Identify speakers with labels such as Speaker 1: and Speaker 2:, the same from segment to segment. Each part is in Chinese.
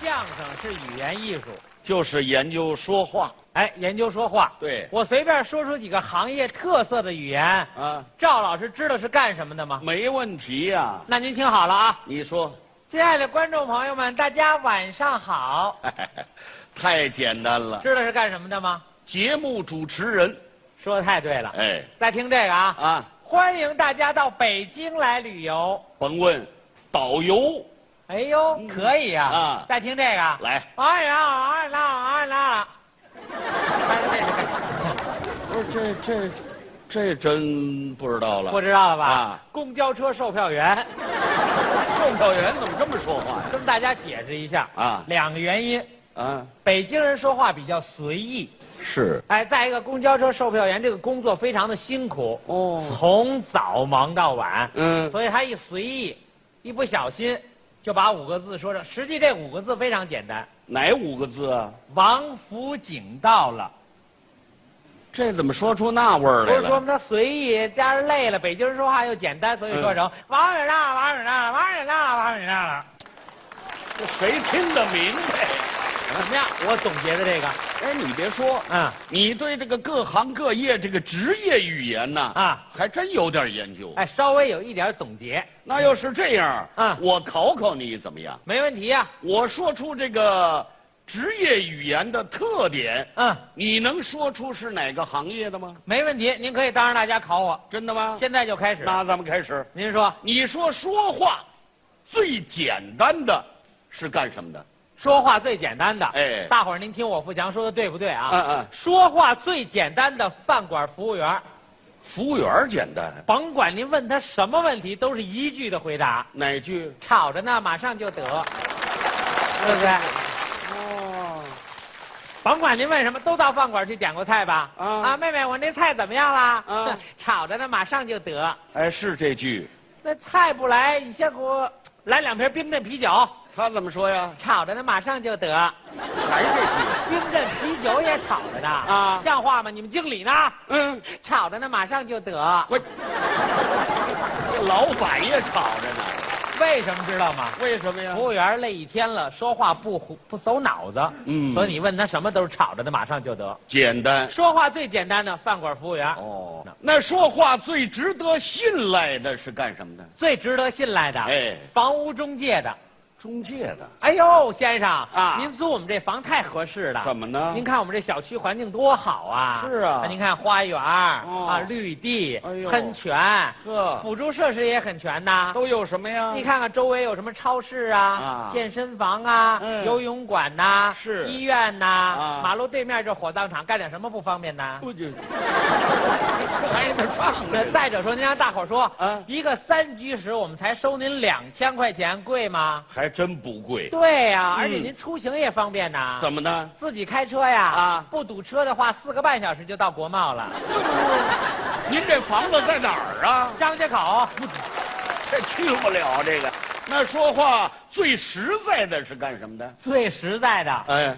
Speaker 1: 相声是语言艺术，
Speaker 2: 就是研究说话。
Speaker 1: 哎，研究说话。
Speaker 2: 对
Speaker 1: 我随便说出几个行业特色的语言，
Speaker 2: 啊，
Speaker 1: 赵老师知道是干什么的吗？
Speaker 2: 没问题呀、
Speaker 1: 那您听好了啊，
Speaker 2: 你说，
Speaker 1: 亲爱的观众朋友们，大家晚上好。
Speaker 2: 太简单了。
Speaker 1: 知道是干什么的吗？
Speaker 2: 节目主持人，
Speaker 1: 说的太对了。
Speaker 2: 哎
Speaker 1: 再听这个啊，
Speaker 2: 啊，
Speaker 1: 欢迎大家到北京来旅游。
Speaker 2: 甭问，导游
Speaker 1: 哎呦，
Speaker 2: 嗯
Speaker 1: 可以啊。
Speaker 2: 啊
Speaker 1: 再听这个啊。
Speaker 2: 来，
Speaker 1: 哎呀，哎呀，哎呀！哎 呀
Speaker 2: 不是哎这这这真不知道了。
Speaker 1: 不知道了吧？
Speaker 2: 啊
Speaker 1: 公交车售票员，
Speaker 2: 售票员怎么这么说话呀？
Speaker 1: 跟大家解释一下
Speaker 2: 啊
Speaker 1: 两个原因：
Speaker 2: 啊，
Speaker 1: 北京人说话比较随意，
Speaker 2: 是
Speaker 1: 哎，再一个，公交车售票员这个工作非常的辛苦，
Speaker 2: 哦，
Speaker 1: 从早忙到晚，
Speaker 2: 嗯，
Speaker 1: 所以他一随意，一不小心就把五个字说成。实际这五个字非常简单，
Speaker 2: 哪五个字啊？
Speaker 1: 王府井到了。
Speaker 2: 这怎么说出那味儿
Speaker 1: 不
Speaker 2: 来
Speaker 1: 是说
Speaker 2: 了？
Speaker 1: 他随意，加上累了，北京人说话又简单，所以说
Speaker 2: 嗯
Speaker 1: 成王远啦，王远啦，王远啦，王远啦。
Speaker 2: 这谁听得明白？
Speaker 1: 怎么样？我总结的这个，
Speaker 2: 哎，你别说，
Speaker 1: 嗯，
Speaker 2: 你对这个各行各业这个职业语言呐，
Speaker 1: 啊
Speaker 2: 还真有点研究。
Speaker 1: 哎，稍微有一点总结，
Speaker 2: 那要是这样，
Speaker 1: 啊
Speaker 2: 我考考你怎么样？
Speaker 1: 没问题啊呀、
Speaker 2: 我说出这个职业语言的特点，
Speaker 1: 嗯，
Speaker 2: 你能说出是哪个行业的吗？
Speaker 1: 没问题。您可以当着大家考我，
Speaker 2: 真的吗？
Speaker 1: 现在就开始。
Speaker 2: 嗯那咱们开始。
Speaker 1: 您说，
Speaker 2: 你说说话最简单的是干什么的？
Speaker 1: 说话最简单的，
Speaker 2: 哎
Speaker 1: 大伙儿您听我富强说的对不对啊？
Speaker 2: 嗯嗯
Speaker 1: 说话最简单的饭馆服务员，
Speaker 2: 服务员简单，
Speaker 1: 甭管您问他什么问题，都是一句的回答，
Speaker 2: 哪句？
Speaker 1: 吵着呢，马上就得，对不对？
Speaker 2: 哦，
Speaker 1: 甭管您问什么，都到饭馆去点过菜吧？
Speaker 2: 啊
Speaker 1: 妹妹，我那菜怎么样啦？
Speaker 2: 啊
Speaker 1: 炒着呢，马上就得。
Speaker 2: 哎，是这句。
Speaker 1: 那菜不来，你先给我来两瓶冰镇啤酒，
Speaker 2: 他怎么说呀？
Speaker 1: 炒着呢，马上就得。
Speaker 2: 还这句？
Speaker 1: 冰镇啤酒也炒着呢，
Speaker 2: 啊
Speaker 1: 像话吗？你们经理呢？
Speaker 2: 嗯，
Speaker 1: 炒着呢，马上就得。
Speaker 2: 我这老板也吵着呢。
Speaker 1: 为什么知道吗？
Speaker 2: 为什么呀
Speaker 1: 服务员累一天了，说话不胡不走脑子，
Speaker 2: 嗯
Speaker 1: 所以你问他什么都是炒着呢，马上就得。
Speaker 2: 简单。
Speaker 1: 说话最简单的饭馆服务员，
Speaker 2: 哦，那说话最值得信赖的是干什么的？
Speaker 1: 最值得信赖的，
Speaker 2: 哎
Speaker 1: 房屋中介的。
Speaker 2: 中介的。
Speaker 1: 哎呦，先生
Speaker 2: 啊
Speaker 1: 您租我们这房太合适了。
Speaker 2: 怎么呢
Speaker 1: 您看我们这小区环境多好啊！
Speaker 2: 是啊
Speaker 1: 您看花园、
Speaker 2: 哦
Speaker 1: 啊，绿地、
Speaker 2: 哎呦
Speaker 1: 喷泉，
Speaker 2: 呵，
Speaker 1: 辅助设施也很全呐。
Speaker 2: 都有什么呀？
Speaker 1: 你，看看周围有什么超市啊、
Speaker 2: 嗯啊
Speaker 1: 健身房啊、
Speaker 2: 嗯
Speaker 1: 游泳馆呐、
Speaker 2: 是
Speaker 1: 医院呐、
Speaker 2: 啊
Speaker 1: 马路对面这火葬场，干点什么不方便呢？
Speaker 2: 不就这 还能唱
Speaker 1: 那
Speaker 2: 呢？
Speaker 1: 再者说，您让大伙儿说，
Speaker 2: 啊
Speaker 1: 一个三居室我们才收您两千块钱，贵吗？
Speaker 2: 还真不贵。
Speaker 1: 对呀、而且
Speaker 2: 嗯
Speaker 1: 您出行也方便呐。
Speaker 2: 怎么呢？
Speaker 1: 自己开车呀？
Speaker 2: 啊
Speaker 1: 不堵车的话，四个半小时就到国贸了。
Speaker 2: 您这房子在哪儿啊？
Speaker 1: 张家口，
Speaker 2: 这去不了这个。那说话最实在的是干什么的？
Speaker 1: 最实在的
Speaker 2: 哎，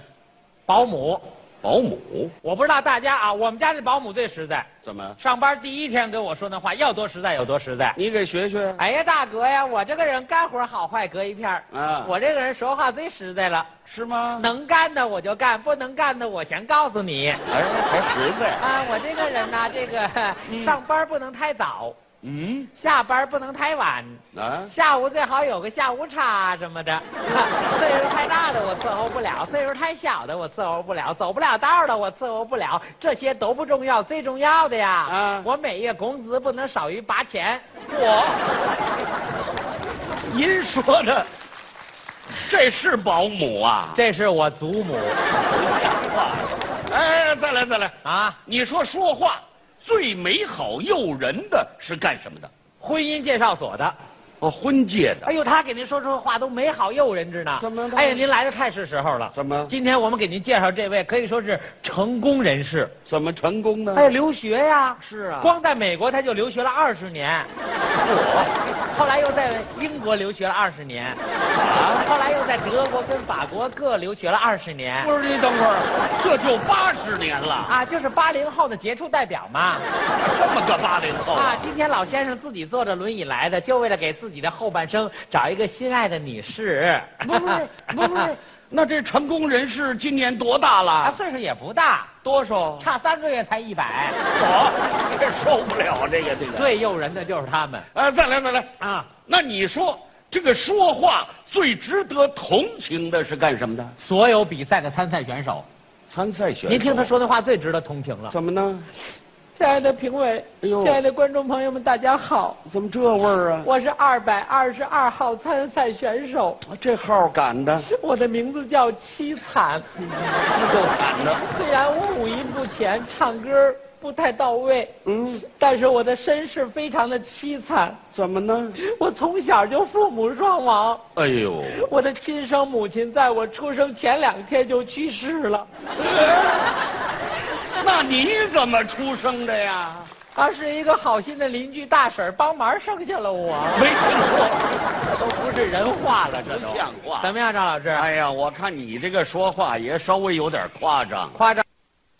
Speaker 1: 保姆，
Speaker 2: 保姆
Speaker 1: 我不知道大家啊，我们家那保姆最实在。
Speaker 2: 怎么？
Speaker 1: 上班第一天跟我说那话，要多实在有多实在。
Speaker 2: 你给学学。
Speaker 1: 哎呀，大哥呀，我这个人干活好坏隔一片儿
Speaker 2: 啊
Speaker 1: 我这个人说话最实在了，
Speaker 2: 是吗？
Speaker 1: 能干的我就干，不能干的我先告诉你。
Speaker 2: 哎，还实在。
Speaker 1: 啊，我这个人呐，这个
Speaker 2: 嗯
Speaker 1: 上班不能太早，
Speaker 2: 嗯
Speaker 1: 下班不能太晚，
Speaker 2: 啊，
Speaker 1: 下午最好有个下午茶什么的。 岁数太大的我伺候不了，岁数太小的我伺候不了，走不了道的我伺候不了，这些都不重要，最重要的呀，
Speaker 2: 啊
Speaker 1: 我每月工资不能少于八千。
Speaker 2: 我，您说的，这是保姆啊？
Speaker 1: 这是我祖母
Speaker 2: 不像话！哎，再来再来，
Speaker 1: 啊，
Speaker 2: 你说说话最美好诱人的是干什么的？
Speaker 1: 婚姻介绍所的。
Speaker 2: 哦，婚介的。
Speaker 1: 哎呦，他给您说出的话都美好诱人着呢。
Speaker 2: 怎么了
Speaker 1: 哎呀，您来的太是时候了。
Speaker 2: 怎么
Speaker 1: 今天我们给您介绍这位可以说是成功人士，
Speaker 2: 怎么成功呢？
Speaker 1: 哎，留学呀、
Speaker 2: 嗯是啊
Speaker 1: 光在美国他就留学了二十年，后来又在英国留学了二十年，
Speaker 2: 啊
Speaker 1: 后来又在德国跟法国各留学了二十年。
Speaker 2: 不是你等会儿， 这就八十年了，
Speaker 1: 啊，就是八零后的杰出代表嘛！
Speaker 2: 这么个八零后
Speaker 1: 啊，今天老先生自己坐着轮椅来的，就为了给自己的后半生找一个心爱的女士。
Speaker 2: 不不是不不是，那这成功人士今年多大
Speaker 1: 啊，
Speaker 2: 了？
Speaker 1: 岁数也不大，
Speaker 2: 多少？
Speaker 1: 差三个月才一百。
Speaker 2: 我 这受不了这个这个。
Speaker 1: 最诱人的就是他们
Speaker 2: 啊，再来再来。
Speaker 1: 啊！
Speaker 2: 那你说这个说话最值得同情的是干什么的？
Speaker 1: 所有比赛的参赛选手，
Speaker 2: 参赛选手
Speaker 1: 您听他说的话最值得同情了。
Speaker 2: 怎么呢？
Speaker 1: 亲爱的评委，
Speaker 2: 哎呦
Speaker 1: 亲爱的观众朋友们，大家好，
Speaker 2: 怎么这味儿啊？
Speaker 1: 我是二百二十二号参赛选手，
Speaker 2: 啊这号赶的，
Speaker 1: 我的名字叫凄惨。
Speaker 2: 是够赶的。
Speaker 1: 虽然我五音不全，唱歌不太到位，
Speaker 2: 嗯，
Speaker 1: 但是我的身世非常的凄惨。
Speaker 2: 怎么呢？
Speaker 1: 我从小就父母双亡，
Speaker 2: 哎呦，
Speaker 1: 我的亲生母亲在我出生前两天就去世了。
Speaker 2: 那你怎么出生的呀？
Speaker 1: 而是一个好心的邻居大婶儿帮忙生下了我，
Speaker 2: 没听
Speaker 1: 都不是人话了，这
Speaker 2: 说，
Speaker 1: 都
Speaker 2: 不像话
Speaker 1: 怎么样，张老师？
Speaker 2: 啊哎呀，我看你这个说话也稍微有点夸张。
Speaker 1: 夸张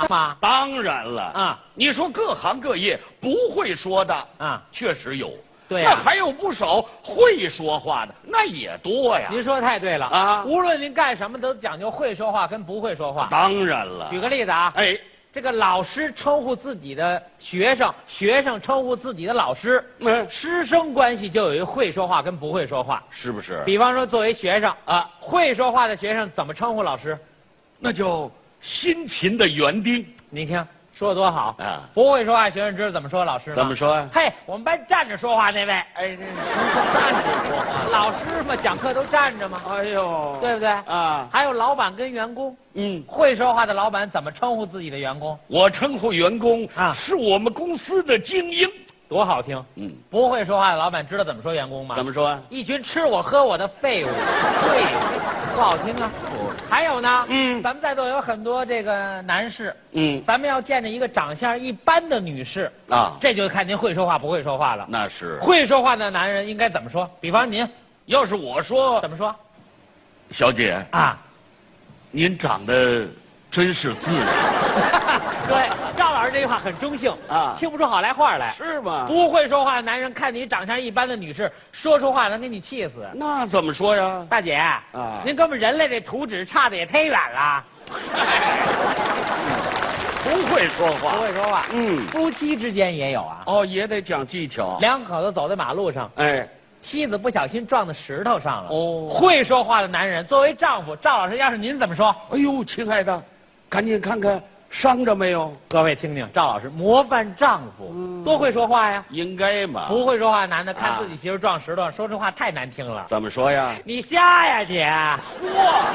Speaker 1: 吗？
Speaker 2: 当然了，
Speaker 1: 啊
Speaker 2: 你说各行各业不会说的，
Speaker 1: 啊，
Speaker 2: 确实有。
Speaker 1: 对啊
Speaker 2: 那
Speaker 1: 呀、
Speaker 2: 还有不少会说话的，那也多呀。
Speaker 1: 您说的太对了
Speaker 2: 啊
Speaker 1: 无论您干什么，都讲究会说话跟不会说话。
Speaker 2: 当然了
Speaker 1: 举个例子啊，
Speaker 2: 哎，
Speaker 1: 这个老师称呼自己的学生，学生称呼自己的老师，
Speaker 2: 嗯，
Speaker 1: 师生关系就有一会说话跟不会说话。
Speaker 2: 是不是？
Speaker 1: 比方说，作为学生啊，会说话的学生怎么称呼老师？
Speaker 2: 那就辛勤的园丁
Speaker 1: 您听说的多好
Speaker 2: 啊
Speaker 1: 不会说话的学生知道怎么说老师吗？
Speaker 2: 怎么说啊？
Speaker 1: 嘿，我们班站着说话那位，
Speaker 2: 哎，这站着说话
Speaker 1: 老师嘛，讲课都站着嘛，
Speaker 2: 哎呦，
Speaker 1: 对不对？
Speaker 2: 啊，
Speaker 1: 还有老板跟员工，
Speaker 2: 嗯，
Speaker 1: 会说话的老板怎么称呼自己的员工？
Speaker 2: 我称呼员工
Speaker 1: 啊
Speaker 2: 是我们公司的精英。
Speaker 1: 多好听！
Speaker 2: 嗯，
Speaker 1: 不会说话的老板知道怎么说员工吗？
Speaker 2: 怎么说啊？
Speaker 1: 一群吃我喝我的废 物，对，不好听啊。还有呢，
Speaker 2: 嗯
Speaker 1: 咱们在座有很多这个男士，
Speaker 2: 嗯
Speaker 1: 咱们要见着一个长相一般的女士，
Speaker 2: 啊，
Speaker 1: 这就看您会说话不会说话了。
Speaker 2: 那是。
Speaker 1: 会说话的男人应该怎么说？比方您
Speaker 2: 要是我说，
Speaker 1: 怎么说
Speaker 2: 小姐，
Speaker 1: 啊？
Speaker 2: 您长得真是自然，
Speaker 1: 对，赵老师这句话很中性
Speaker 2: 啊
Speaker 1: 听不出好来话来。
Speaker 2: 是啊吗？
Speaker 1: 不会说话的男人看你长相一般的女士，说出话能给你气死。
Speaker 2: 那怎么说呀？
Speaker 1: 大姐，啊，您跟我们人类这图纸差的也忒远了。
Speaker 2: 啊不会说
Speaker 1: 不
Speaker 2: 话。
Speaker 1: 会说话，
Speaker 2: 嗯，
Speaker 1: 夫妻之间也有啊。
Speaker 2: 哦，也得讲技巧。
Speaker 1: 两口子走在马路上，
Speaker 2: 哎，
Speaker 1: 妻子不小心撞到石头上了。
Speaker 2: 哦
Speaker 1: 会说话的男人，作为丈夫，赵老师，要是您怎么说？
Speaker 2: 哎呦，亲爱的，赶紧看看伤着没有？
Speaker 1: 各位听听，赵老师模范丈夫，
Speaker 2: 嗯
Speaker 1: 多会说话呀！
Speaker 2: 应该嘛
Speaker 1: 不会说话的男的看
Speaker 2: 啊
Speaker 1: 自己媳妇撞石头上，说这话太难听了。
Speaker 2: 怎么说 呀？
Speaker 1: 你瞎呀姐，
Speaker 2: 哇，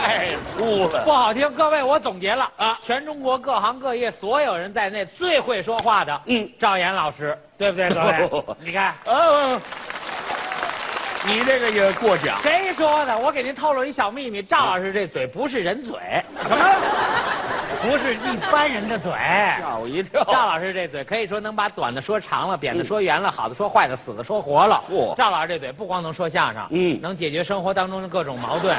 Speaker 2: 太粗
Speaker 1: 不
Speaker 2: 哎了。
Speaker 1: 好听。各位，我总结了
Speaker 2: 啊
Speaker 1: 全中国各行各业所有人在内最会说话的，
Speaker 2: 嗯，，
Speaker 1: 赵岩老师，对不对？各位你看
Speaker 2: 呃，你这个也过奖。
Speaker 1: 谁说的？我给您透露一小秘密，赵老师这嘴不是人嘴，
Speaker 2: 什么？
Speaker 1: 不是一般人 的嘴。
Speaker 2: 吓我一跳。
Speaker 1: 赵老师这嘴可以说能把短的说长了，扁的说圆了，好的说坏的，死的说活了。
Speaker 2: 嚯
Speaker 1: 赵老师这嘴不光能说相声，
Speaker 2: 嗯
Speaker 1: 能解决生活当中的各种矛盾。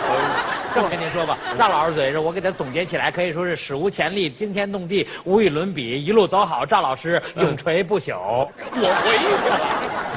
Speaker 1: 这么跟您说吧，哦嗯赵老师嘴是我给他总结起来，可以说是史无前例、惊天动地、无与伦比，一路走好。赵老师永垂不朽。嗯
Speaker 2: 我回去了。